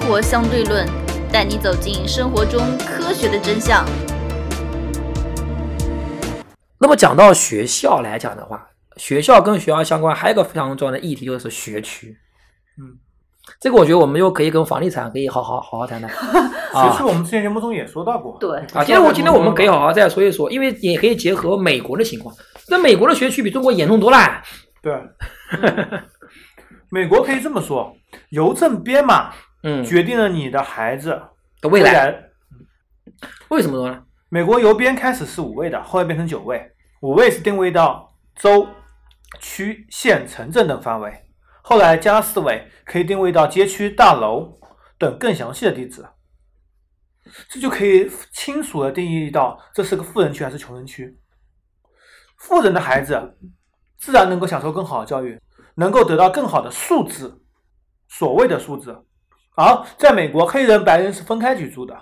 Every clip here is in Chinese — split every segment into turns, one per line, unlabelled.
活相对论》，带你走进生活中科学的真相。
那么讲到学校来讲的话，学校跟学校相关还有一个非常重要的议题就是学区。
嗯，
这个我觉得我们又可以跟房地产可以好好好好 谈谈
其实
啊
我们之前节目中也说到过，
对
啊！今天我今天我们可以好好再说一说，因为也可以结合美国的情况。那美国的学区比中国严重多了，
对，
嗯
美国可以这么说，邮政编码
嗯，
决定了你的孩子
的未来
来。
为什么多呢？
美国邮编开始是五位的，后来变成九位，五位是定位到州、区、县、城镇等范围，后来加了四位，可以定位到街区、大楼等更详细的地址。这就可以清楚的定义到这是个富人区还是穷人区。富人的孩子自然能够享受更好的教育，能够得到更好的素质，所谓的素质。而在美国，黑人、白人是分开居住的，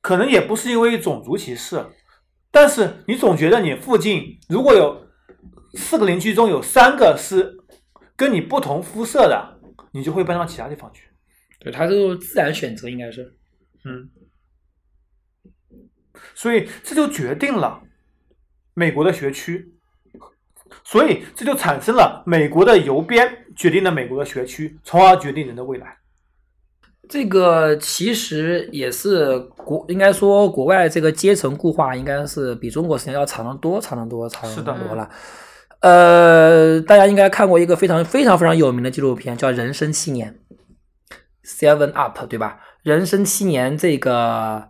可能也不是因为种族歧视，但是你总觉得你附近如果有四个邻居中有三个是跟你不同肤色的，你就会搬到其他地方去。
对，它是自然选择，应该是。
嗯，所以这就决定了美国的学区，所以这就产生了美国的邮编决定了美国的学区，从而决定人的未来。
这个其实也是国，应该说国外这个阶层固化应该是比中国时间要长得多，长得多，长
是
得
的
多了。呃，大家应该看过一个非常非常非常有名的纪录片，叫《人生七年》（Seven Up），对吧？《人生七年》这个，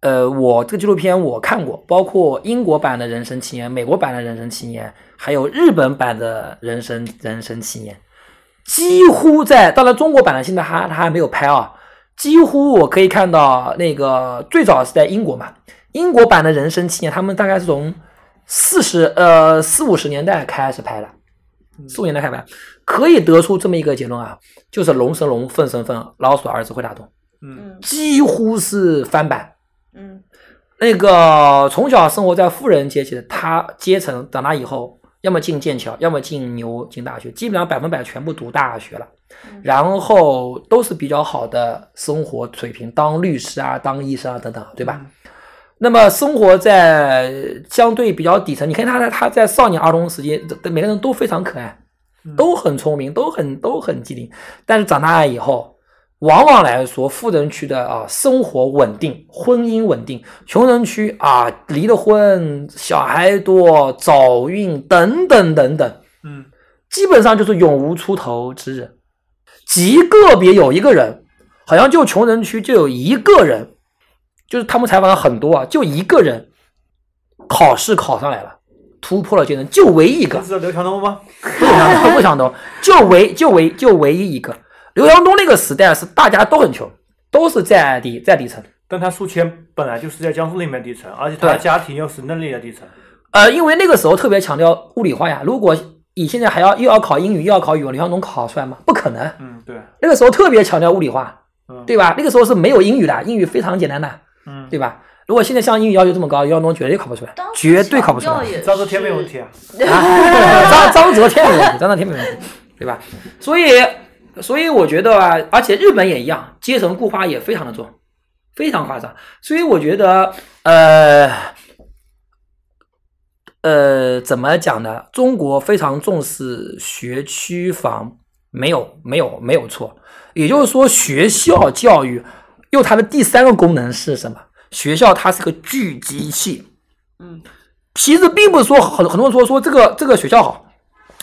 呃，我这个纪录片我看过，包括英国版的《人生七年》、美国版的《人生七年》，还有日本版的《人生人生七年》。几乎在，当然中国版的现在还它还没有拍啊，几乎我可以看到那个最早是在英国嘛，英国版的《人生七年》，他们大概是从四十呃四五十年代开始拍的，四五年代开始拍，可以得出这么一个结论啊，就是龙生龙，凤生凤，老鼠儿子会打洞，
嗯，
几乎是翻版。
嗯
那个从小生活在富人阶级的他阶层，长大以后，要么进剑桥，要么进牛津大学，基本上百分百全部读大学了
嗯，
然后都是比较好的生活水平，当律师啊，当医生啊等等，对
嗯
吧？那么生活在相对比较底层，你看他在他在少年儿童时期，每个人都非常可爱，
嗯
都很聪明，都很都很机灵，但是长大了以后，往往来说，富人区的啊生活稳定，婚姻稳定；穷人区啊离了婚，小孩多，早孕等等等等，
嗯
基本上就是永无出头之日。极个别有一个人，好像就穷人区就有一个人，就是他们采访了很多啊，就一个人考试考上来了，突破了阶层，就唯一一个
你。知道刘强东吗？
不想都不想懂，就唯就唯就唯一一个刘强东那个时代是大家都很穷，都是在底在底层。
但他宿迁本来就是在江苏那边地层，而且他的
对
家庭又是那里的地层。
呃，因为那个时候特别强调物理化呀，如果你现在还要又要考英语又要考语文，刘强东考出来吗？不可能。
嗯，对，
那个时候特别强调物理化，
嗯，
对吧？那个时候是没有英语的，英语非常简单的，
嗯，
对吧？如果现在像英语要求这么高，刘强东绝对考不出来，绝对考不出来。
张泽天没有问题啊。
啊，张张泽天没问题，张泽天没问题，对吧？所以，所以我觉得啊，而且日本也一样，阶层固化也非常的重，非常夸张。所以我觉得，呃，呃，怎么讲呢？中国非常重视学区房，没有，没有，没有错。也就是说，学校教育又它的第三个功能是什么？学校它是个聚集器。
嗯
其实并不是说很很多人说说这个这个学校好，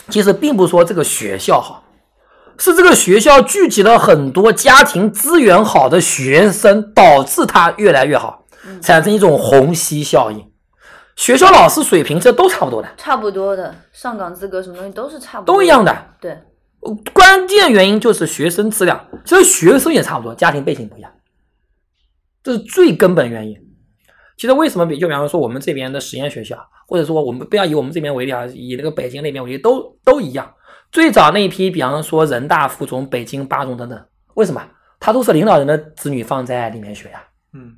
其实并不是说这个学校好，是这个学校聚集了很多家庭资源好的学生，导致它越来越好，产生一种虹吸效应。学校老师水平这都差不多的，
差不多的，上岗资格什么东西都是差不多，
都一样。的。
对，
关键原因就是学生质量，其实学生也差不多，家庭背景不一样，这是最根本原因。其实为什么比就比方说我们这边的实验学校，或者说我们不要以我们这边为例啊，以那个北京那边为例，都都一样。最早那一批，比方说人大附中、北京八中等等，为什么？他都是领导人的子女放在里面学呀、
嗯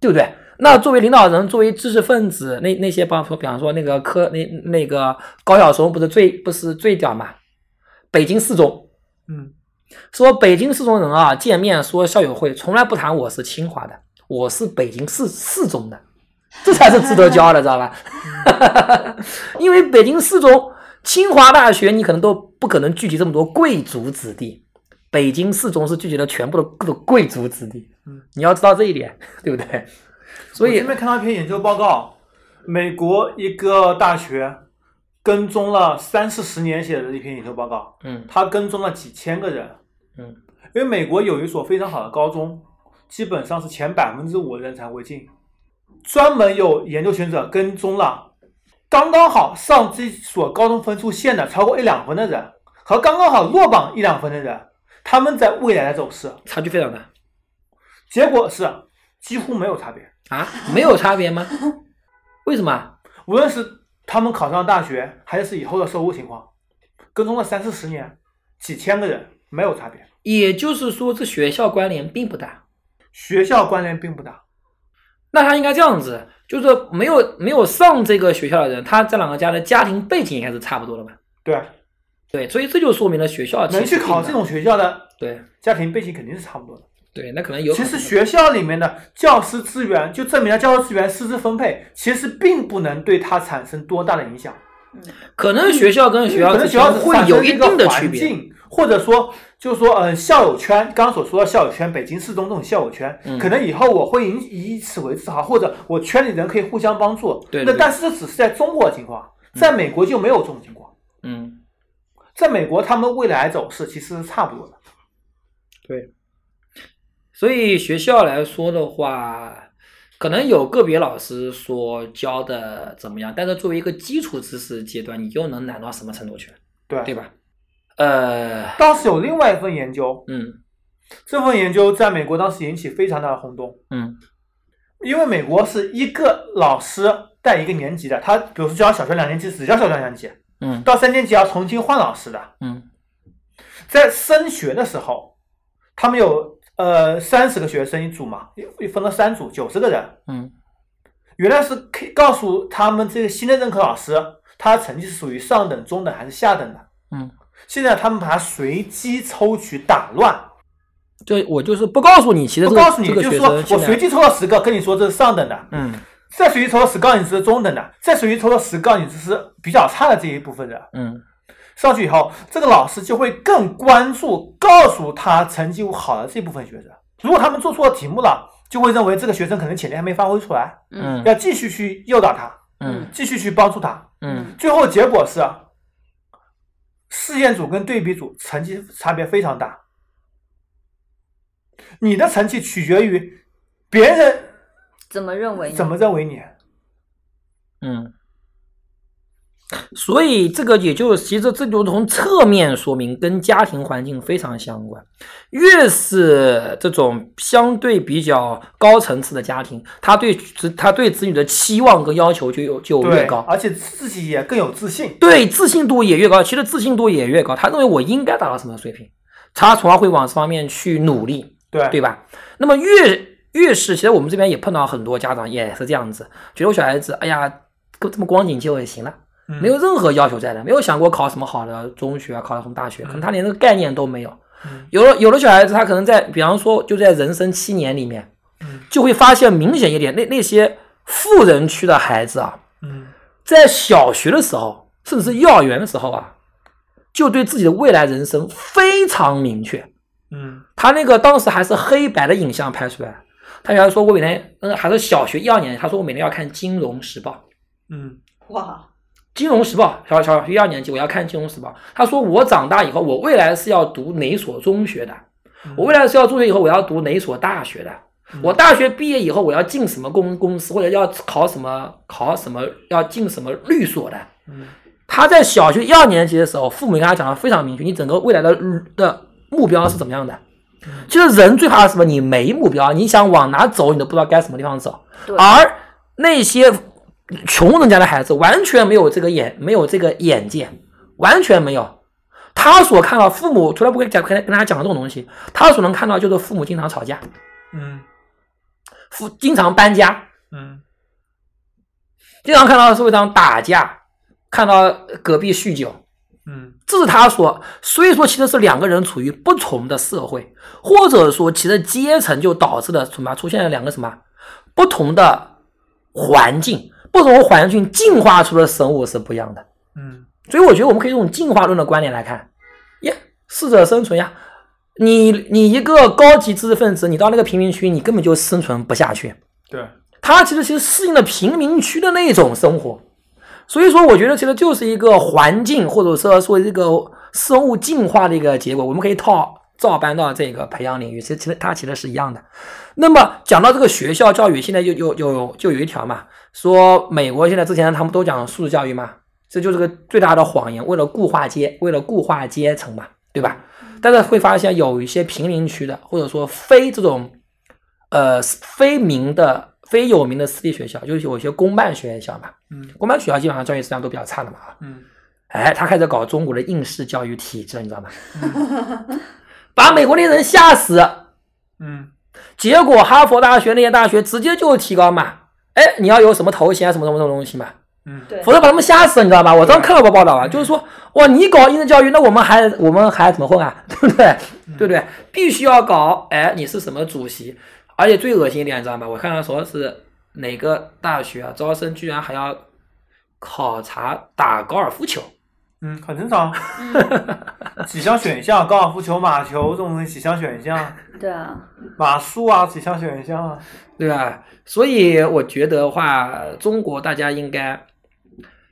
对不对？那作为领导人，作为知识分子，那那些比方说，比方说那个科那那个高晓松不是最不是最屌嘛？北京四中
嗯
说北京四中人啊见面说校友会，从来不谈我是清华的，我是北京市四中的，这才是值得骄傲的，知道吧？ 因为北京四中、清华大学，你可能都不可能聚集这么多贵族子弟，北京四中是聚集了全部的各种贵族子弟
嗯，
你要知道这一点，对不对？所
我
以
这边看到一篇研究报告，美国一个大学跟踪了三四十年写的一篇研究报告，
嗯
他跟踪了几千个人。
嗯，
因为美国有一所非常好的高中，基本上是前百分之五的人才会进，专门有研究学者跟踪了刚刚好上这所高中分数线的超过一两分的人和刚刚好落榜一两分的人，他们在未来的走势，
差距非常大
结果是几乎没有差别。
啊，没有差 别吗？为什么啊？
无论是他们考上大学，还是以后的收入情况，跟踪了三四十年，几千个人没有差别。
也就是说，这学校关联并不大。
学校关联并不大，
那他应该这样子，就是没有没有上这个学校的人，他这两个家的家庭背景应该是差不多的吧？
对，
对，所以这就说明了学校啊
能
其实
去考
并
这
不
种学校的
对
家庭背景肯定是差不多的。
对，那可能有
其
可
实
能
学校里面的教师资源，就证明了教师资源师资分配其实并不能对他产生多大的影响，
啊可能学校跟学校
可能
之
学校
间
只是
会
产
有
生
一
个
定的区
环
别。
境，或者说就是说，呃，校友圈，刚刚所说的校友圈，北京四中这种校友圈，
嗯
可能以后我会以以此为自豪，或者我圈里人可以互相帮助。
对
那
对
但是这只是在中国的情况，在美国就没有这种情况。
嗯，
在美国，他们未来走势其实是差不多的。
对。所以学校来说的话，可能有个别老师说教的怎么样，但是作为一个基础知识阶段，你又能难到什么程度去，
对，
对吧？呃，
当时有另外一份研究，
嗯
这份研究在美国当时引起非常大的轰动。
嗯。
因为美国是一个老师带一个年级的，他比如说教小学两年级只教小学两年级，
嗯
到三年级要重新换老师的。
嗯
在升学的时候，他们有呃三十个学生一组嘛，一一分了三组，九十个人。
嗯
原来是可以告诉他们这个新的任课老师，他的成绩是属于上等、中等还是下等的。
嗯，
现在他们把它随机抽取打乱，
就我就是不告诉你，其实
我
这个
告诉你，
这个
就
学
是说
生
我
现在
随机抽了十个，跟你说这是上等的，
嗯
再随机抽了十个，你这是中等的，再随机抽了十个，你这是比较差的这一部分人。
嗯
上去以后，这个老师就会更关注告诉他成绩好的这部分学生。如果他们做错题目了，就会认为这个学生可能潜力还没发挥出来，
嗯
要继续去诱导他，
嗯
继续去帮助他。
嗯
最后结果是，试验组跟对比组成绩差别非常大。你的成绩取决于别人
怎么认为呢？
怎么认为你。
嗯，所以这个也就其实这就从侧面说明跟家庭环境非常相关，越是这种相对比较高层次的家庭，他对子他对子女的期望跟要求就有就
对
越，高，
而且自己也更有自信。
对自信度也越高，其实自信度也越高，他认为我应该达到什么水平，他从而会往这方面去努力。
对
对吧？那么越越是，其实我们这边也碰到很多家长也是这样子，觉得我小孩子，哎呀，够这么光景就也行了，
嗯
没有任何要求在的，没有想过考什么好的中学啊，考什么大学，可能他连这个概念都没有
嗯。
有了有的小孩子，他可能在，比方说就在人生七年里面
嗯，
就会发现明显一点，那那些富人区的孩子啊，
嗯，
在小学的时候，甚至是幼儿园的时候啊，就对自己的未来人生非常明确。
嗯
他那个当时还是黑白的影像拍出来。他原来说，我每天，嗯，还是小学一二年级，他说我每天要看《金融时报》，《
嗯
哇，
金融时报》小小学一二年级我要看《金融时报》。他说我长大以后，我未来是要读哪所中学的，我未来是要中学以后我要读哪所大学的，我大学毕业以后我要进什么公公司，或者要考什么考什么，要进什么律所的。
嗯
他在小学一二年级的时候，父母跟他讲的非常明确，你整个未来的的目标是怎么样的。其实人最怕的是什么？你没目标，你想往哪走，你都不知道该什么地方走。
对
而那些穷人家的孩子完全没有这个眼，没有这个眼界，完全没有。他所看到父母从来不会讲跟跟他讲的这种东西，他所能看到就是父母经常吵架，
嗯
父经常搬家，
嗯
经常看到社会上打架，看到隔壁酗酒，
嗯
这是他说，虽说其实是两个人处于不同的社会，或者说其实阶层就导致了什么出现了两个什么不同的环境，不同的环境进化出的生物是不一样的。
嗯
所以我觉得我们可以用进化论的观点来看，耶，适者生存呀。你你一个高级知识分子，你到那个贫民区，你根本就生存不下去。
对，
他其实其实适应了贫民区的那种生活，所以说我觉得其实就是一个环境或者说说这个生物进化的一个结果，我们可以套照搬到这个培养领域，其实其实它其实是一样的。那么讲到这个学校教育，现在就有有就有一条嘛，说美国现在之前他们都讲素质教育嘛，这就是个最大的谎言，为了固化阶，为了固化阶层嘛，对吧？但是会发现有一些贫民区的，或者说非这种呃非名的、非有名的私立学校，就是有一些公办学校嘛。
嗯
公办学校基本上教育质量都比较差的嘛。
嗯
哎，他开始搞中国的应试教育体制，你知道吗？把美国那些人吓死，
嗯
结果哈佛大学那些大学直接就提高嘛。哎，你要有什么头衔啊，什么什么什么东西嘛，
嗯，
对
否则把他们吓死，你知道吧？我当时看到过报道啊，就是说，哇，你搞应试教育，那我们还我们还怎么混啊？ 对不对？对不对？必须要搞，哎，你是什么主席？而且最恶心一点，你知道吗？我看到说是哪个大学啊，招生居然还要考察打高尔夫球，
嗯，很正常，
嗯，
几项选项，高尔夫球、马球这种东西几项选项，
对啊，
马术啊几项选项啊，
对吧？所以我觉得的话，中国大家应该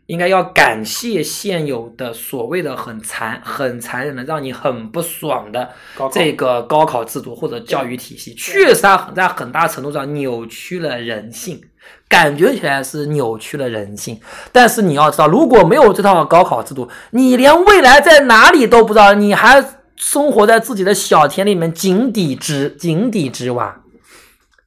应该要感谢现有的所谓的很残很残忍的，让你很不爽的
高考
这个高考制度或者教育体系，确实啊它很在很大程度上扭曲了人性，感觉起来是扭曲了人性。但是你要知道，如果没有这套高考制度，你连未来在哪里都不知道，你还生活在自己的小田里面，井底之井底之蛙。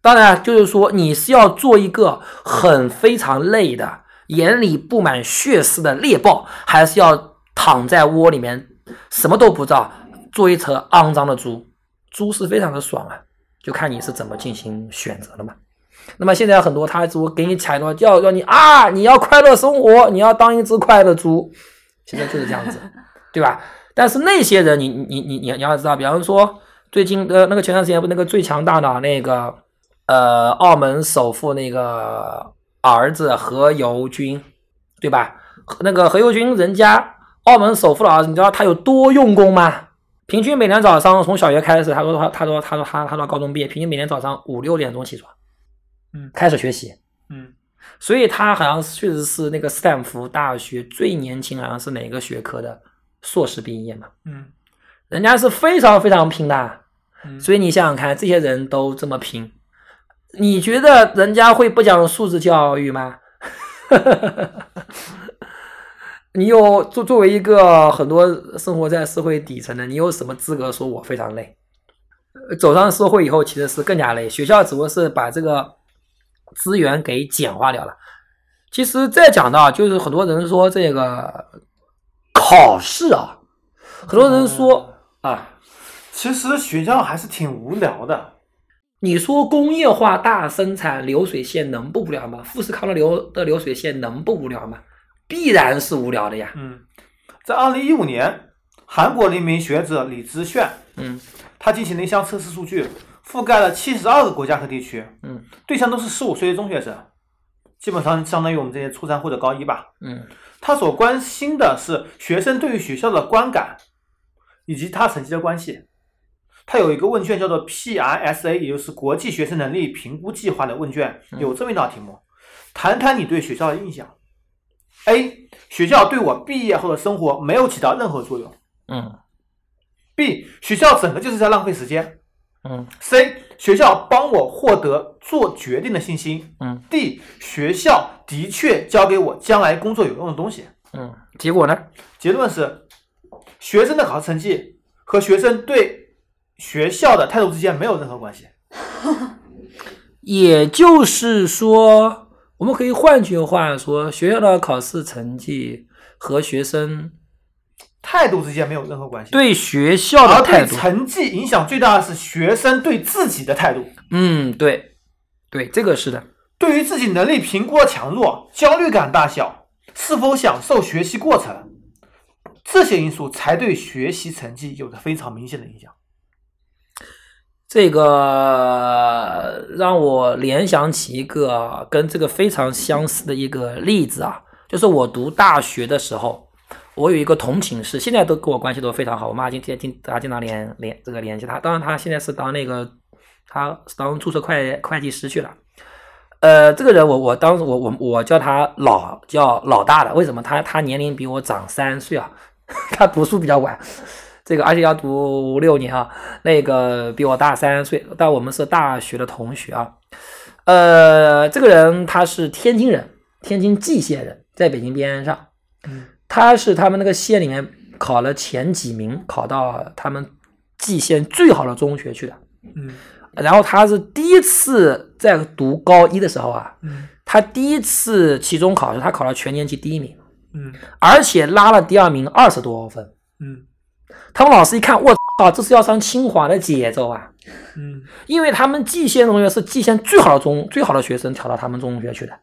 当然，就是说你是要做一个很非常累的、眼里布满血丝的猎豹，还是要躺在窝里面什么都不知道，做一头肮脏的猪？猪是非常的爽啊，就看你是怎么进行选择了嘛。那么现在很多他只会给你踩到，要要你啊，你要快乐生活，你要当一只快乐猪，其实就是这样子，对吧？但是那些人你，你你你你要知道，比方说最近呃那个前段时间不那个最强大脑那个呃澳门首富那个儿子何猷君，对吧？那个何猷君人家澳门首富的儿子，你知道他有多用功吗？平均每天早上从小学开始，他说他他说他说他他到高中毕业，平均每天早上五六点钟起床，
嗯
开始学习，
嗯
所以他好像确实是那个斯坦福大学最年轻，好像是哪个学科的硕士毕业嘛，
嗯
人家是非常非常拼的，啊
嗯，
所以你想想看，这些人都这么拼，你觉得人家会不讲素质教育吗？ 你有作作为一个很多生活在社会底层的，你有什么资格说我非常累？呃走上社会以后，其实是更加累。学校只不过是把这个资源给简化掉了。其实再讲到，就是很多人说这个考试啊，很多人说啊，
其实学校还是挺无聊的，
你说工业化大生产流水线能不无聊吗？富士康的流的流水线能不无聊吗？必然是无聊的呀。
嗯，在二零一五年，韩国的一名学者李知炫，
嗯
他进行了一项测试数据，覆盖了七十二个国家和地区，
嗯
对象都是十五岁的中学生，基本上相当于我们这些初三或者高一吧。
嗯
他所关心的是学生对于学校的观感，以及他成绩的关系。他有一个问卷叫做 PRSA，也就是国际学生能力评估计划的问卷，有这么一道题目：谈谈你对学校的印象。A. 学校对我毕业后的生活没有起到任何作用。
嗯
B. 学校整个就是在浪费时间。
嗯
C. 学校帮我获得做决定的信心。
嗯
D. 学校的确教给我将来工作有用的东西。
嗯。结果呢？
结论是，学生的考试成绩和学生对学校的态度之间没有任何关系。
也就是说，我们可以换句话说，学校的考试成绩和学生
态度之间没有任何关系。，
啊对学校
而
的态
对
度，
成绩影响最大的是学生对自己的态度，
嗯，对，对，这个是的，
对于自己能力评估的强弱、焦虑感大小、是否享受学习过程、这些因素才对学习成绩有着非常明显的影响。
这个让我联想起一个跟这个非常相似的一个例子啊，就是我读大学的时候，我有一个同寝室，现在都跟我关系都非常好，我妈今天经她经常联联这个联系她，当然她现在是当那个她当注册会会计师去了。呃，这个人我我当时我我我叫他老叫老大的，为什么？他他年龄比我长三岁啊， 他读书比较晚，这个而且要读五六年啊，那个比我大三岁，但我们是大学的同学啊。呃，这个人他是天津人，天津蓟县人，在北京边上，嗯他是他们那个县里面考了前几名，考到他们蓟县最好的中学去的。
嗯
然后他是第一次在读高一的时候啊，
嗯
他第一次期中考试，他考了全年级第一名，
嗯
而且拉了第二名二十多分。
嗯
他们老师一看，我操，这是要上清华的节奏啊！
嗯
因为他们蓟县中学是蓟县最好的中最好的学生调到他们中学去的，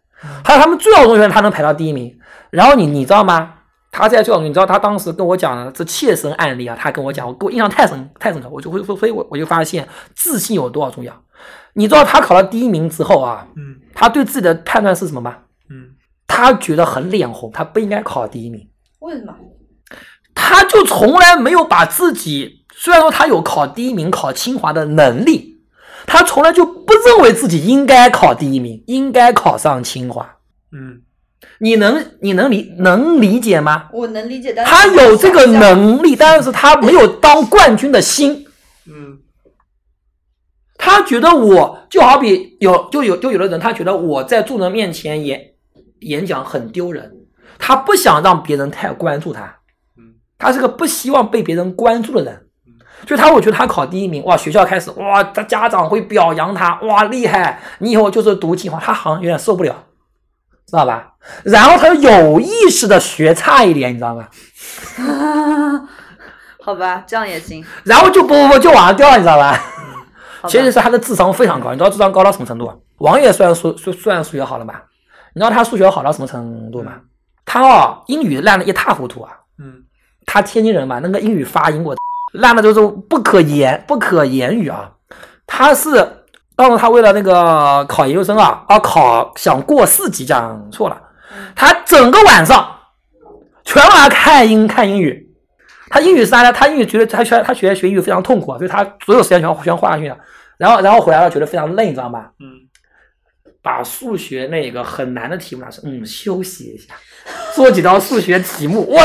还有他们最好的中学他能排到第一名。然后你你知道吗？他在最好中学，你知道他当时跟我讲的这切身案例啊，他跟我讲，我给我印象太深太深刻，我就会所以我我就发现自信有多少重要。你知道他考到第一名之后啊，
嗯
他对自己的判断是什么吗？
嗯
他觉得很脸红，他不应该考第一名。
为什么？
他就从来没有把自己，虽然说他有考第一名、考清华的能力，他从来就不认为自己应该考第一名，应该考上清华。
嗯
你能你能理能理解吗？
我能理解，但是
他有这个
我想象
能力，但是他没有当冠军的心。
嗯
他觉得我就好比有就有就有的人，他觉得我在众人面前演演讲很丢人，他不想让别人太关注他
嗯，
他是个不希望被别人关注的人，所以他会觉得他考第一名，哇，学校开始哇，他家长会表扬他，哇，厉害，你以后就是读清华，他好像有点受不了，知道吧？然后他就有意识的学差一点，你知道吗？
好吧，这样也行。
然后就不不不就往上掉，你知道吧？
好吧
其实是他的智商非常高，你知道智商高到什么程度啊？王爷虽然数数虽然数学好了吧，你知道他数学好到什么程度吗？他哦英语烂得一塌糊涂啊，
嗯
他天津人嘛，那个英语发音我烂的就是不可言不可言语啊。他是当时他为了那个考研究生啊，啊考想过四级，讲错了，他整个晚上全晚上看英看英语。他英语是啥呢？他英语觉得他学他学学英语非常痛苦啊，所以他所有时间全全花下去了。然后然后回来了，觉得非常累，你知道吗？
嗯
把数学那个很难的题目拿出来，嗯，休息一下，做几道数学题目，我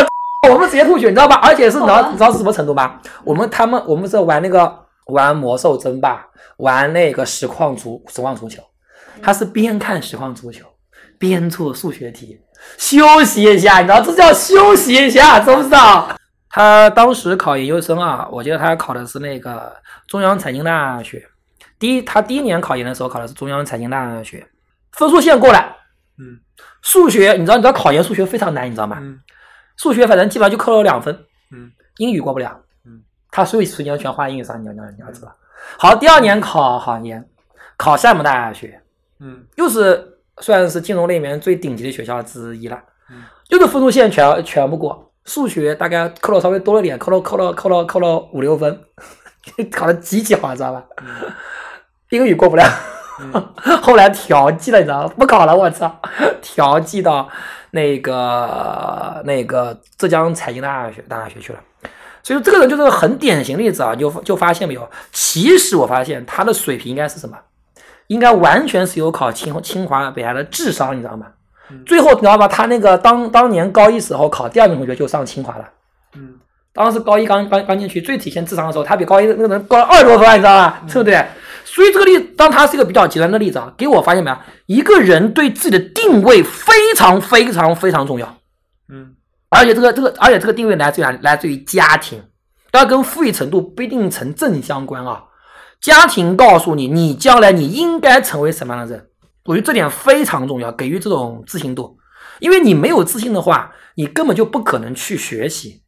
我们直接吐血，你知道吧？而且是你知道你知道是什么程度吗？我们他们我们是玩那个玩魔兽争霸，玩那个实况足实况足球，他是边看实况足球边做数学题，休息一下，你知道这叫休息一下， 知不知道？他当时考研究生啊，我记得他考的是那个中央财经大学。第一，他第一年考研的时候考的是中央财经大学，分数线过来。
嗯
数学，你知道，你知道考研数学非常难，你知道吗？
嗯
数学反正基本上就扣了两分，
嗯
英语过不了。
嗯，
他所有时间全花英语上，你要你要你要知道。好，第二年考考研，考厦门大学，
嗯
又是算是金融类里面最顶级的学校之一了
嗯，
又是分数线全全部过，数学大概扣了稍微多了点，扣了扣了扣了扣了五六分， 考了几几好，知道吧？英语过不了， 后来调剂了，你知道吗？不考了，我操， 调剂到那个那个浙江财经大学大学去了。所以说这个人就是很典型例子啊，你就就发现没有？其实我发现他的水平应该是什么？应该完全是有考清清华北大的智商，你知道吗？
嗯
最后你知道吧？他那个当当年高一时候考第二名同学就上清华了。
嗯
当时高一刚刚刚进去，最体现智商的时候，他比高一那个人高了二十多分，你知道吧？对不对？所以这个例，当他是一个比较极端的例子啊，给我发现没有？一个人对自己的定位非常非常非常重要，
嗯
而且这个这个，而且这个定位来自于哪里？来自于家庭，当然跟富裕程度不一定成正相关啊。家庭告诉你，你将来你应该成为什么样的人，我觉得这点非常重要，给予这种自信度，因为你没有自信的话，你根本就不可能去学习。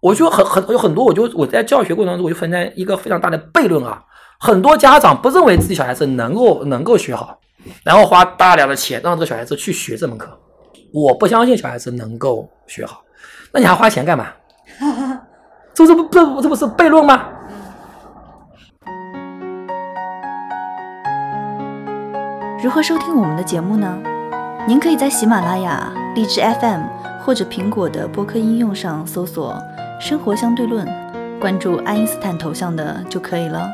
我就很很有很多，我就我在教学过程中，我就存在一个非常大的悖论啊，很多家长不认为自己小孩子能够能够学好，然后花大量的钱让这个小孩子去学这门课，我不相信小孩子能够学好，那你还花钱干嘛？ 这不是不这这不是悖论吗？
如何收听我们的节目呢？您可以在喜马拉雅、荔枝 FM 或者苹果的播客应用上搜索“生活相对论”，关注爱因斯坦头像的就可以了。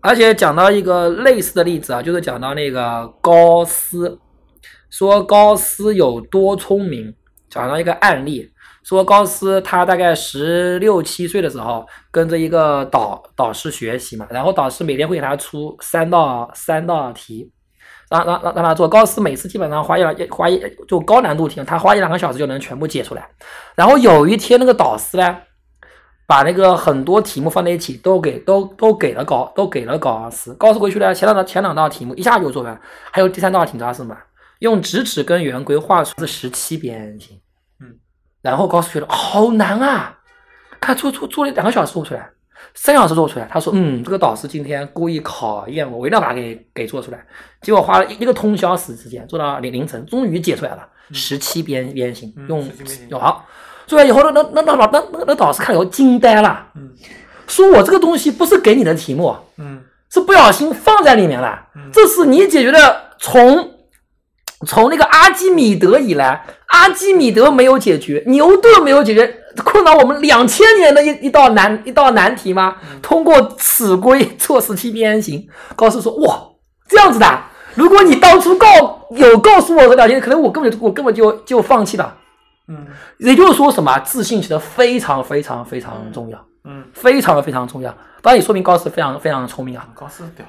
而且讲到一个类似的例子啊，就是讲到那个高斯，说高斯有多聪明，讲到一个案例，说高斯他大概十六七岁的时候，跟着一个导导师学习嘛，然后导师每天会给他出三到三道题，让让让让他做，高斯每次基本上花一两花一就高难度题，他花一两个小时就能全部解出来。然后有一天那个导师呢，把那个很多题目放在一起，都给都都给了高都给了高斯，高斯回去呢，前两道前两道题目一下就做完，还有第三道题你知道是什么？用直尺跟圆规画出是十七边形。
嗯，
然后高斯觉得好难啊，他做做做了两个小时做不出来，三小时做不出来。他说，嗯，这个导师今天故意考验我，我一定要把它给给做出来。结果花了一一个通宵时之间，做到凌凌晨，终于解出来了十七边边形，
嗯
用
17边形
用好。做完以后，那那那那老那那那导师看了以后惊呆了，
嗯
说我这个东西不是给你的题目，
嗯
是不小心放在里面了
嗯。
这是你解决的从从那个阿基米德以来，阿基米德没有解决，牛顿没有解决，困扰我们两千年的一一道难一道难题吗？
嗯
通过尺规做十七边形，高斯说哇，这样子的。如果你当初告有告诉我这两件，可能我根本就我根本就就放弃了。
嗯
也就是说什么，自信其实非常非常非常重要，
嗯，
非常非常重要。当然也说明高斯非常非常聪明啊。
高斯屌，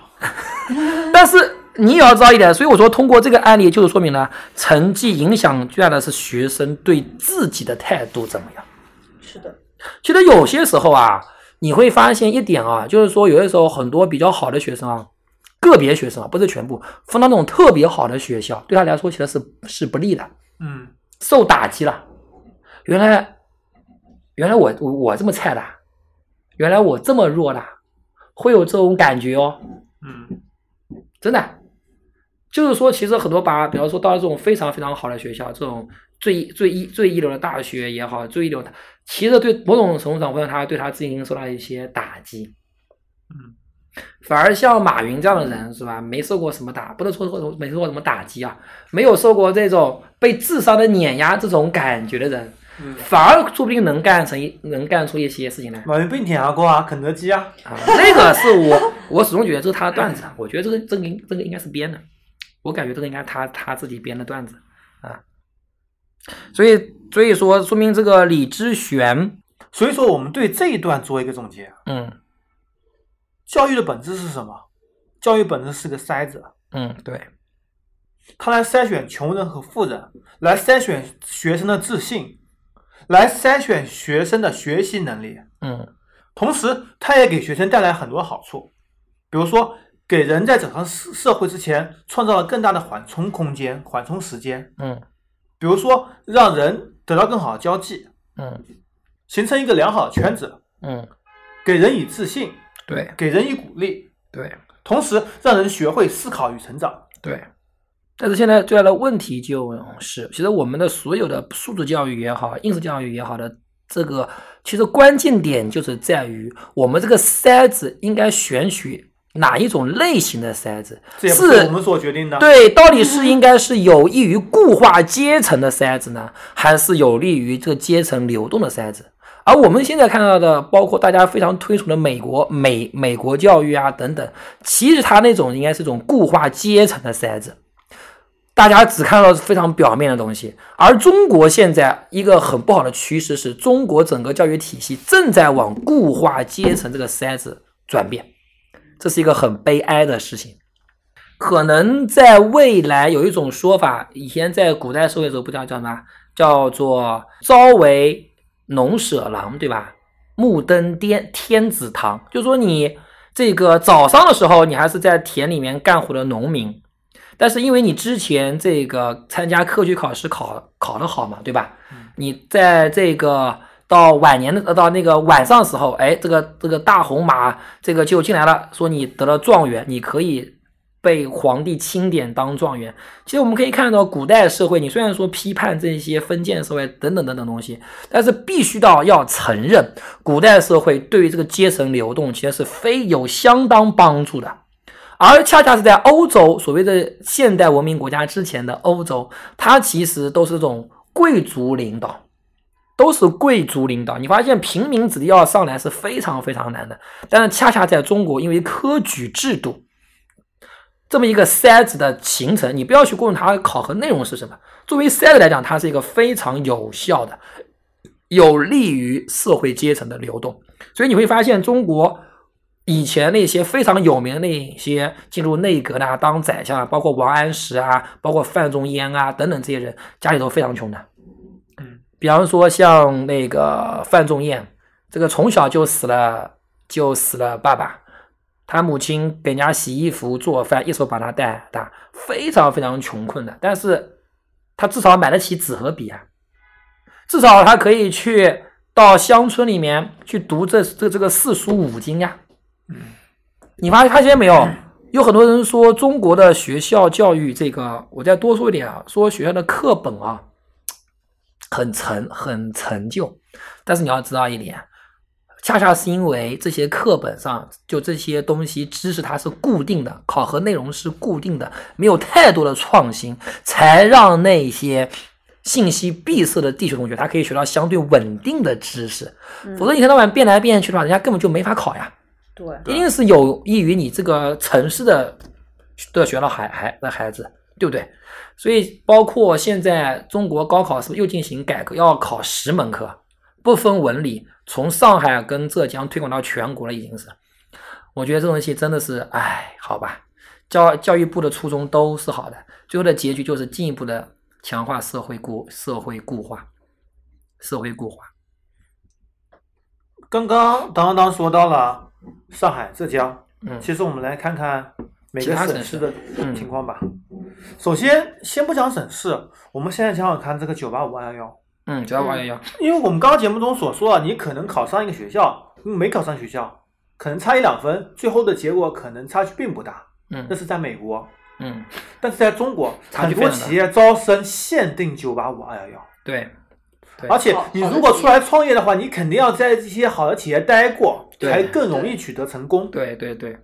但是你也要知道一点，所以我说通过这个案例就是说明了成绩影响最大的是学生对自己的态度怎么样。
是的，
其实有些时候啊，你会发现一点啊，就是说有些时候很多比较好的学生啊，个别学生啊，不是全部，分到那种特别好的学校，对他来说其实是是不利的。
嗯
受打击了。原来，原来我我我这么菜的，原来我这么弱的，会有这种感觉哦，
嗯
真的。就是说，其实很多把，比方说到这种非常非常好的学校，这种最最一最一流的大学也好，最一流的，其实对某种程度上会让他对他自信心受到一些打击。
嗯，
反而像马云这样的人是吧，没受过什么打，不能说说没受过什么打击啊，没有受过这种被智商的碾压这种感觉的人，
嗯，
反而说不定能干成一能干出一些事情来
马云被你碾压过啊，肯德基啊，
啊！这个是我我始终觉得这是他的段子，啊我觉得这个这个应这个应该是编的，我感觉这个应该他他自己编的段子啊。所以所以说，说明这个李知玄，
所以说我们对这一段做一个总结，
嗯
教育的本质是什么？教育本质是个筛子，
嗯，对，
它来筛选穷人和富人，来筛选学生的自信，来筛选学生的学习能力。
嗯
同时，它也给学生带来很多好处，比如说给人在走上社社会之前创造了更大的缓冲空间、缓冲时间，
嗯
比如说让人得到更好的交际，
嗯
形成一个良好的圈子，
嗯，
给人以自信，
对
给人以鼓励，
对。
同时让人学会思考与成长。
对。但是现在最大的问题就是，其实我们的所有的素质教育也好，应试教育也好的这个，其实关键点就是在于我们这个筛子应该选取哪一种类型的筛子，
这也不是我们所决定的。
对，到底是应该是有益于固化阶层的筛子呢，还是有利于这个阶层流动的筛子？而我们现在看到的，包括大家非常推崇的美国美美国教育啊等等，其实它那种应该是一种固化阶层的筛子，大家只看到非常表面的东西。而中国现在一个很不好的趋势是，中国整个教育体系正在往固化阶层这个筛子转变，这是一个很悲哀的事情。可能在未来有一种说法，以前在古代社会的时候不叫叫什么？啊叫做“朝为农舍郎”，对吧？暮登天天子堂，就说你这个早上的时候，你还是在田里面干活的农民，但是因为你之前这个参加科举考试考考得好嘛，对吧？你在这个到晚年的呃到那个晚上时候，哎，这个这个大红马这个就进来了，说你得了状元，你可以。被皇帝钦点当状元。其实我们可以看到，古代社会，你虽然说批判这些封建社会等等等等东西，但是必须到要承认，古代社会对于这个阶层流动其实是非有相当帮助的。而恰恰是在欧洲所谓的现代文明国家之前的欧洲，它其实都是这种贵族领导，都是贵族领导。你发现平民子弟要上来是非常非常难的，但是恰恰在中国，因为科举制度这么一个筛子的形成，你不要去过问它的考核内容是什么，作为筛子来讲，它是一个非常有效的，有利于社会阶层的流动。所以你会发现，中国以前那些非常有名的那些进入内阁的、啊、当宰相啊，包括王安石啊，包括范仲淹啊等等这些人，家里都非常穷的。比方说像那个范仲淹，这个从小就死了，就死了爸爸，他母亲给人家洗衣服、做饭，一手把他带大，非常非常穷困的。但是，他至少买得起纸和笔啊，至少他可以去到乡村里面去读这这这个四书五经呀、你发发现没有？有很多人说中国的学校教育这个，我再多说一点啊，说学校的课本啊，很陈很陈旧，但是你要知道一点，恰恰是因为这些课本上就这些东西知识它是固定的，考核内容是固定的，没有太多的创新，才让那些信息闭塞的地区同学，他可以学到相对稳定的知识，否则一天到晚变来变去的话，人家根本就没法考呀。
嗯对，
一定是有益于你这个城市的的学校孩孩的孩子，对不对？所以包括现在中国高考是不是又进行改革，要考十门课，不分文理，从上海跟浙江推广到全国了，已经是。我觉得这东西真的是，唉，好吧，教教育部的初衷都是好的，最后的结局就是进一步的强化社会固社会固化，社会固化。
刚刚当当说到了上海、浙江，
嗯
其实我们来看看每
其
个
他
省
省
市
市
的
嗯
情况吧。首先，先不讲省市，我们现在想想看这个九八五二幺幺，
嗯，九幺八幺幺，
因为我们刚刚节目中所说啊，你可能考上一个学校，没考上学校，可能差一两分，最后的结果可能差距并不大。那
嗯
是在美国，
嗯，
但是在中国，
差距
很
非
多
常大
企业招生限定九八五二幺幺。
对，对
而且
好
你
好的
如果
企
出来创业的话，你肯定要在一些好的企业待过，
对
才更容易取得成功。
对对对。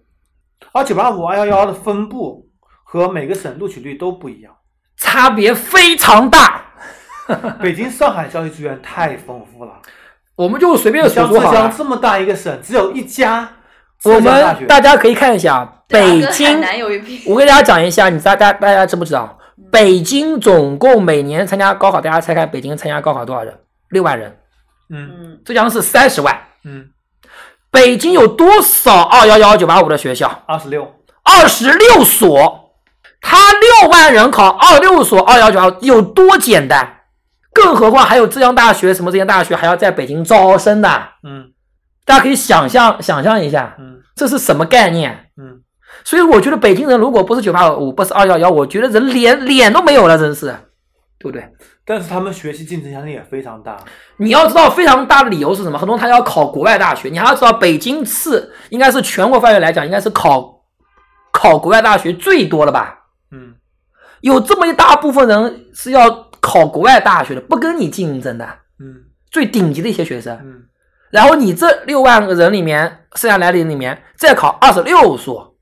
而九八五二幺幺的分布和每个省录取率都不一 样。
差别非常大。
北京、上海教育资源太丰富了，
我们就随便说
像
说
浙
好
江
了。
这么大一个省，只有一家
我
浙江大
们
学。
大家可以看一下北
跟海
京，
南有一拼。
我跟大家讲一下，你大家大家知不知道？北京总共每年参加高考，大家猜看北京参加高考多少人？六万人，
嗯
嗯，
浙江是三十万。
嗯，
北京有多少二幺幺九八五的学校？
二十六，
二十六所，他六万人考二六所二幺九幺有多简单？更何况还有浙江大学什么浙江大学还要在北京招生的，
嗯
大家可以想象想象一下，
嗯
这是什么概念？
嗯，
所以我觉得北京人如果不是九八五，不是二幺幺，我觉得人脸脸都没有了，真是，对不对？
但是他们学习竞争压力也非常大。
你要知道非常大的理由是什么？很多人他要考国外大学，你还要知道北京市应该是全国范围来讲，应该是考考国外大学最多了吧？
嗯，
有这么一大部分人是要考国外大学的，不跟你竞争的，
嗯
最顶级的一些学生。
嗯
然后你这六万个人里面，剩下来的人里面再考二十六所，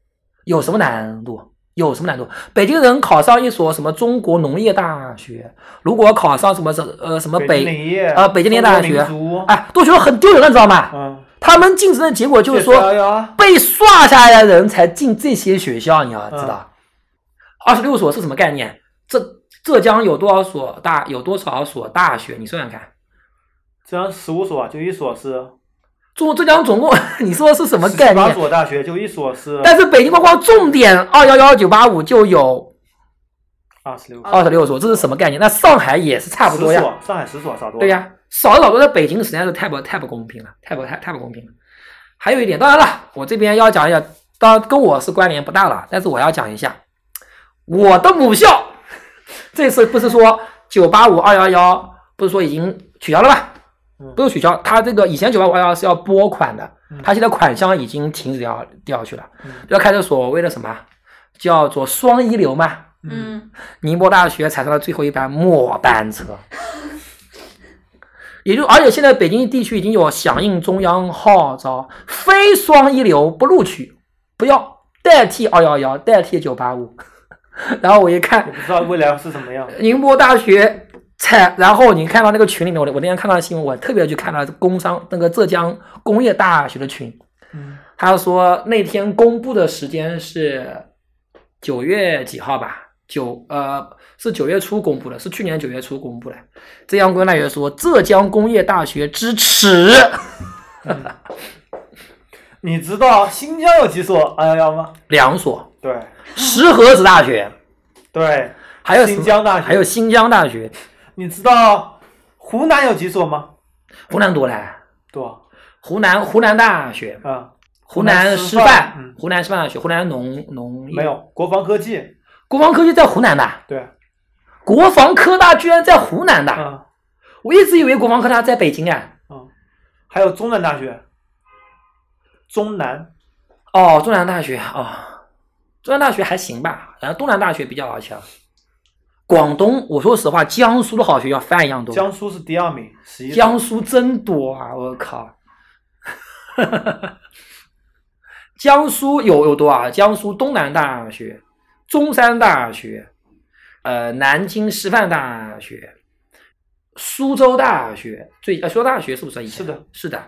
有什么难度？有什么难度？北京人考上一所什么中国农业大学，如果考上什么什呃什么
北
北
林业
啊北京林业大学
中国民族
哎，都觉得很丢人了，你知道吗？
嗯，
他们竞争的结果就是
幺
说
幺啊，
被刷下来的人才进这些学校，你要知道，二十六所是什么概念？浙浙江有多少所大有多少所大学？你算算看，
浙江十五所啊，就一所是
中浙江总共 你说是什么概
八
念？
所大学就一所是
但是北京光光重点二幺幺九八五就有
二十六，
二十六所，这是什么概念？那上海也是差不多
十
呀，
所，上海十所少多。
对，呀，少了老多，在北京实在是太不太不公平了，太不太太不公平了。还有一点，当然了，我这边要讲一下，当然跟我是关联不大了，但是我要讲一下我的母校，这次不是说九八五二幺幺，不是说已经取消了吧
嗯？
不是取消，它这个以前九八五二幺幺是要拨款的
嗯，
它现在款项已经停止掉掉去了
嗯，
要开始所谓的什么啊叫做双一流嘛，
嗯
宁波大学踩上了最后一班末班车。也就，而且现在北京地区已经有响应中央号召，非双一流不录取，不要代替二幺幺，代替九八五。 然后我一看
我，不知道未来是什么样的。
宁波大学采，然后你看到那个群里面，我我那天看到新闻，我特别去看了工商那个浙江工业大学的群，
嗯
他说那天公布的时间是九月几号吧？九呃是九月初公布的，是去年九月初公布的。浙江工业大学说浙江工业大学支持，
你知道新疆有几所二幺幺吗？
两所，
对
石河子大学，
对，
还有什么
新疆大学。
还有新疆大学，
你知道湖南有几所吗？
湖南多嘞，
多少
湖南湖南大学，
啊、
湖南
师
师
范
范
嗯，
湖南师范大学，湖南农农
没有国防科技。
国防科技在湖南的，
对，
国防科大居然在湖南的，
嗯
我一直以为国防科大在北京啊。
嗯，还有中南大学，中南
哦，中南大学哦，中南大学还行吧，然后东南大学比较好强。广东，我说实话，江苏的好学校饭一样多，江
江苏是第二名，十一。
苏真多啊！我靠， 江苏有有多啊？江苏东南大学、中山大学、呃，南京师范大学、苏州大学，最呃，苏州大学是不是？
是的，
是的。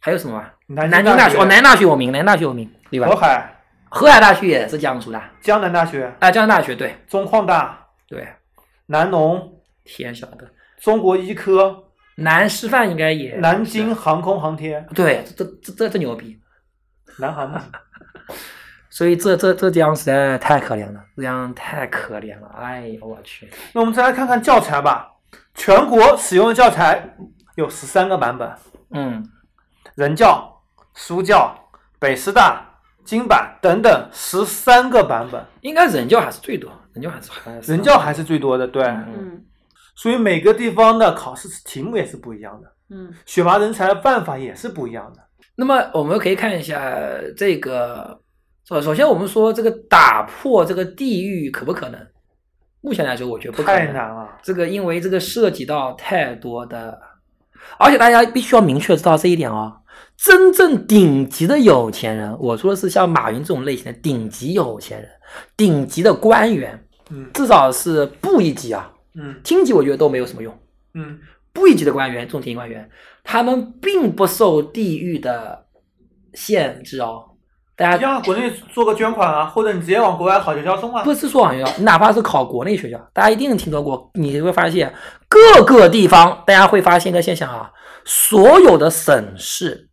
还有什么啊？
南
南
京
京大
学、哦
学哦，南京大学有名，南京大学有名，对吧？
河海、
河海大学也是江苏的，
江南大学、
啊，江南大学对
中矿大、
对，
南农、
天晓得，
中国医科、
南师范应该也
南京航空航天、
对，这这这这牛逼，
南航嘛。
所以这这浙江实在太可怜了，浙江太可怜了，哎呦我去，
那我们再来看看教材吧。全国使用的教材有十三个版本，
嗯，
人教、书教、北师大、京版等等十三个版本，
应该人教还是最多，人教还是还是
人教还是最多的。对，
嗯
嗯
所以每个地方的考试题目也是不一样的，
嗯
选拔人才的办法也是不一样的。
那么我们可以看一下这个，首首先我们说这个打破这个地域可不可能？目前来说，我觉得不可能
太难了，
这个因为这个涉及到太多的，而且大家必须要明确知道这一点哦。真正顶级的有钱人，我说的是像马云这种类型的顶级有钱人、顶级的官员，
嗯
至少是部一级啊，
嗯
厅级我觉得都没有什么用。
嗯，
部一级的官员，这种顶级官员，他们并不受地域的限制哦。大家
要国内做个捐款啊，或者你直接往国外考学校送啊。
不是说网学校，你哪怕是考国内学校，大家一定听说过，你会发现各个地方，大家会发现一个现象啊，所有的省市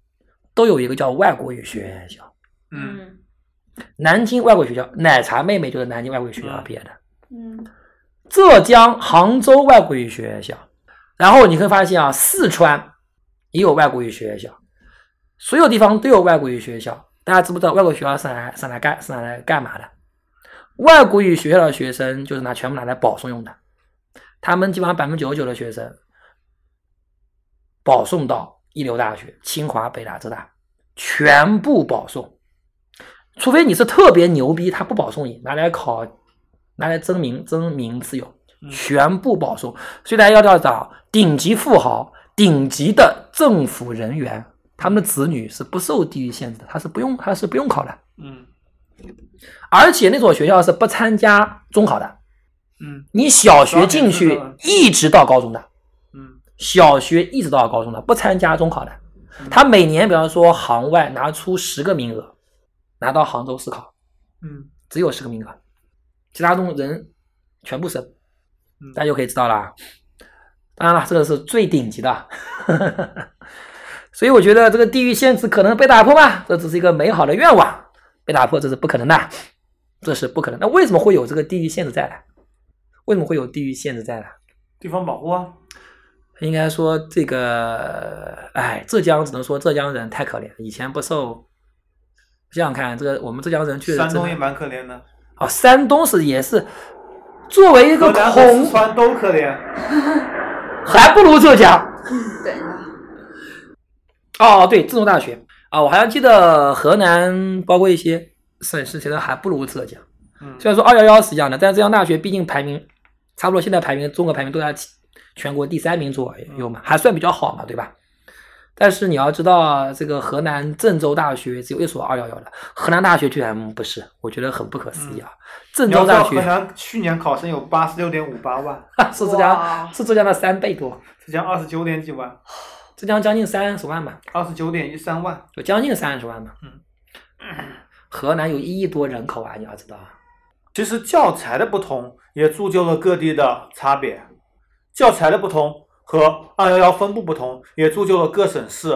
都有一个叫外国语学校，
嗯，
南京外国语学校，奶茶妹妹就是南京外国语学校毕业的，
嗯
浙江杭州外国语学校，然后你会发现啊，四川也有外国语学校，所有地方都有外国语学校。大家知不知道外国语学校是拿来是拿来干是拿来干嘛的？外国语学校的学生就是拿全部拿来保送用的，他们基本上百分之九十九的学生保送到一流大学，清华、北大、浙大，全部保送，除非你是特别牛逼，他不保送你，拿来考，拿来争名争名次用，
嗯
全部保送。所以大家要知道，顶级富豪、顶级的政府人员，他们的子女是不受地域限制的，他是不用他是不用考的，
嗯
而且那所学校是不参加中考的，
嗯
你小学进
高
去
考也嗯是
一直到高中的。
嗯
小学一直到高中的，不参加中考的。他每年，比方说杭外拿出十个名额，拿到杭州市考，
嗯
只有十个名额，其他中人全部升
嗯，
大家就可以知道啦。当然了，这个是最顶级的， 所以我觉得这个地域限制可能被打破吧，这只是一个美好的愿望，被打破这是不可能的，这是不可能。那为什么会有这个地域限制在呢？为什么会有地域限制在呢？
地方保护啊。
应该说这个，哎，浙江只能说浙江人太可怜，以前不受。想想看，这个我们浙江人确实
山
真
东
的
也蛮可怜的，
哦，山东是也是作为一个
河南和四
孔，
川都可 怜。
还不如浙江。
等一下，
哦，对，自动大学啊，我好像记得河南包括一些省市，其实还不如浙江。
嗯
虽然说二幺幺是一样的，但是浙江大学毕竟排名差不多，现在排名综合排名都在其全国第三名左右嘛，还算比较好嘛，对吧？但是你要知道，这个河南郑州大学只有一所二幺幺的，河南大学居然不是，我觉得很不可思议啊！郑
嗯你要
州
知
大
道河
学
南去年考生有八十六点五八万，
是浙江
哇
是浙江的三倍多，
浙江二十九点几万，
浙江将近三十万吧，
二十九点一三万。
有将近三十万吧。
嗯，
河南有一亿多人口啊，你要知道啊。
其实教材的不同也铸就了各地的差别，教材的不同和二幺幺分布不同，也铸就了各省市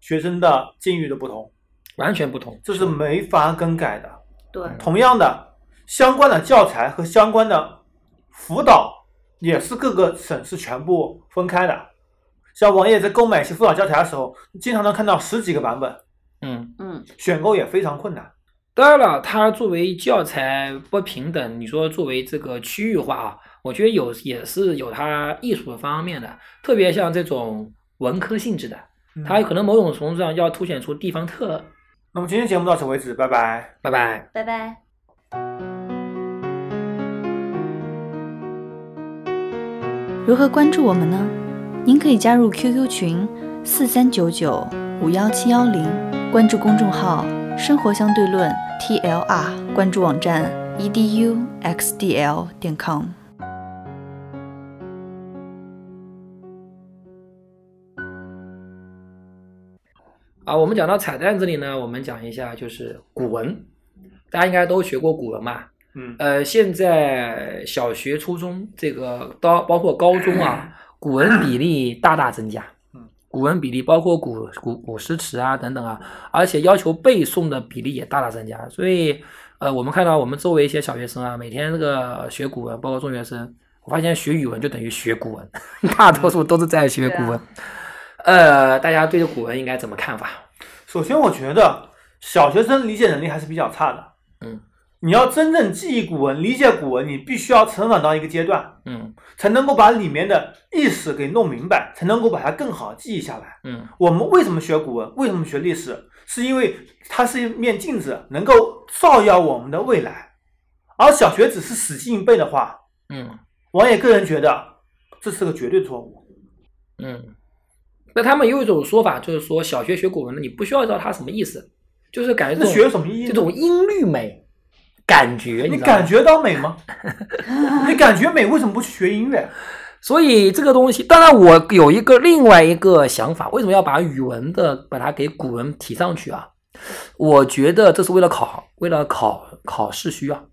学生的境遇的不同，
完全不同。
这是没法更改的。
对
同样的，相关的教材和相关的辅导也是各个省市全部分开的。像王爷在购买一些辅导教材的时候，经常能看到十几个版本，
嗯，
嗯，
选购也非常困难。
当然了，它作为教材不平等，你说作为这个区域化啊，我觉得有也是有它艺术的方面的，特别像这种文科性质的，
嗯
它可能某种程度上要凸显出地方特。
那么今天节目到此为止，拜拜。
拜拜。
拜拜。如何关注我们呢？您可以加入 QQ 群四三九九五幺七幺零，关注公众号“生活相对论 ”TLR，关注网站 E eduxdl 点 com。
啊，我们讲到彩蛋这里呢，我们讲一下就是古文，大家应该都学过古文吧？
嗯，
呃，现在小学、初中这个到包括高中啊，古文比例大大增加
嗯。
古文比例包括古古古诗词啊等等啊，而且要求背诵的比例也大大增加。所以，呃，我们看到我们周围一些小学生啊，每天这个学古文，包括中学生，我发现学语文就等于学古文， 大多数都是在学古文。呃，大家对这古文应该怎么看法？
首先我觉得小学生理解能力还是比较差的。
嗯，
你要真正记忆古文、理解古文，你必须要成长到一个阶段，
嗯
才能够把里面的意思给弄明白，才能够把它更好地记忆下来。
嗯
我们为什么学古文？为什么学历史？是因为它是一面镜子，能够照耀我们的未来。而小学只是死记硬背的话，
嗯
王爷个人觉得这是个绝对错误。
嗯。那他们有一种说法，就是说小学学古文的，你不需要知道它什么意思，就是感觉
那
这
学有
种
什么意义
这
呢？
种音律美感觉，
你
知道
感
吗？
觉到 美吗？你感觉美，为什么不去学音乐？
所以这个东西，当然我有一个另外一个想法，为什么要把语文的把它给古文提上去啊？我觉得这是为了考，为了考考试需要。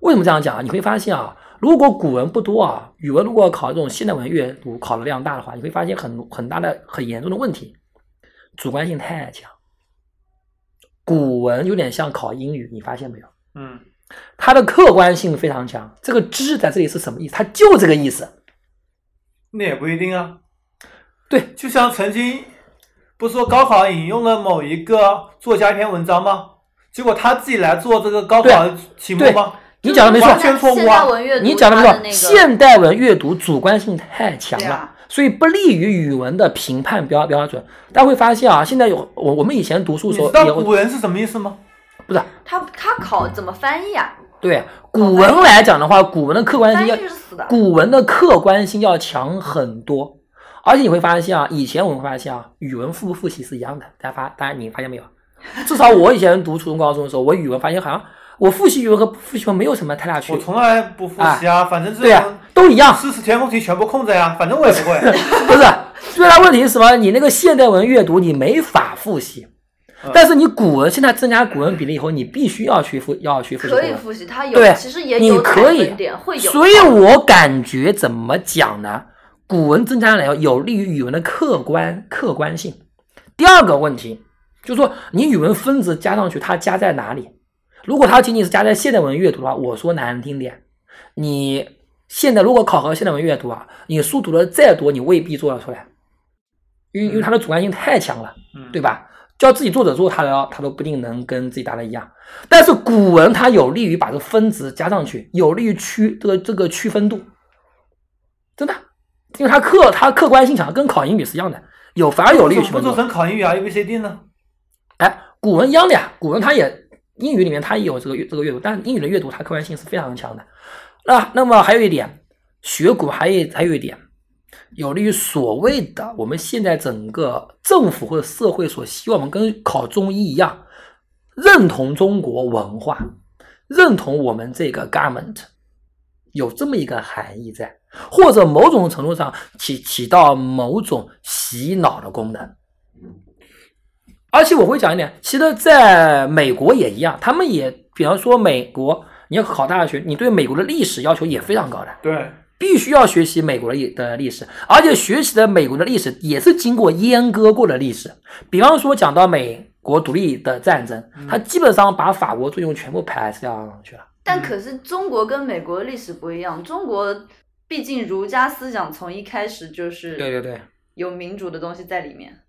为什么这样讲啊？你会发现啊，如果古文不多啊，语文如果考这种现代文阅读考的量大的话，你会发现很很大的很严重的问题，主观性太强。古文有点像考英语，你发现没有？
嗯，
它的客观性非常强。这个知在这里是什么意思？它就这个意思。
那也不一定啊。
对，
就像曾经不是说高考引用了某一个作家一篇文章吗？结果他自己来做这个高考题目吗？
你讲的没错，
完全错误啊！
你讲的没错，现代文阅读主观性太强
对
了
啊，
所以不利于语文的评判标标准。大家会发现啊，现在有我我们以前读书
你
的时候
知
也
道古
会
文是什么意思吗？
不是
他他考怎么翻译啊？
对古文来讲的话，古文的客观性要
死的
古文的客观性要强很多。而且你会发现啊，以前我们会发现啊，语文复不复习是一样的。大家发，大家你发现没有？ 至少我以前读初中、高中的时候，我语文发现好像我复习语文和不复习语文没有什么太大区
我
别。
从来不复习啊，反正这
哎对呀、
种
都一样。
诗词填空题全部空着呀，反正我也不 会。
不是，最大问题是什么？你那个现代文阅读你没法复习
嗯，
但是你古文现在增加古文比例以后，你必须要去复要去复习古
可以
文。
复习，它有，
对
其实也
你
有
可以
采分点，会有。
所以我感觉怎么讲呢？古文增加了以后，有利于语文的客观客观性。第二个问题就是说，你语文分值加上去，它加在哪里？如果它仅仅是加在现代文阅读的话，我说难听点，你现在如果考核现代文阅读啊，你书读的再多，你未必做得出来，因为因为它的主观性太强了。
嗯
对？吧？叫自己作者做，他的他都不一定能跟自己答的一样。但是古文它有利于把这分值加上去，有利于区这个这个区分度，真的，因为它客它客观性强，跟考英语是一样的，有反而有利于
为
区
什么不
分
做
度。
成考英语啊，A B C D 呢？
哎，古文一样的呀，古文它也英语里面它也有这个阅这个阅读，但英语的阅读它客观性是非常强的。啊那那么还有一点，学股还有还有一点，有利于所谓的我们现在整个政府或者社会所希望我们跟考中医一样，认同中国文化，认同我们这个 garment，有这么一个含义在，或者某种程度上起起到某种洗脑的功能。而且我会讲一点，其实在美国也一样，他们也，比方说美国，你要考大学，你对美国的历史要求也非常高的，
对，
必须要学习美国的历的历史，而且学习的美国的历史也是经过阉割过的历史。比方说讲到美国独立的战争，它基本上把法国作用全部排斥掉上去了。
但可是中国跟美国的历史不一样，中国毕竟儒家思想从一开始就是
对对对，
有民主的东西在里面。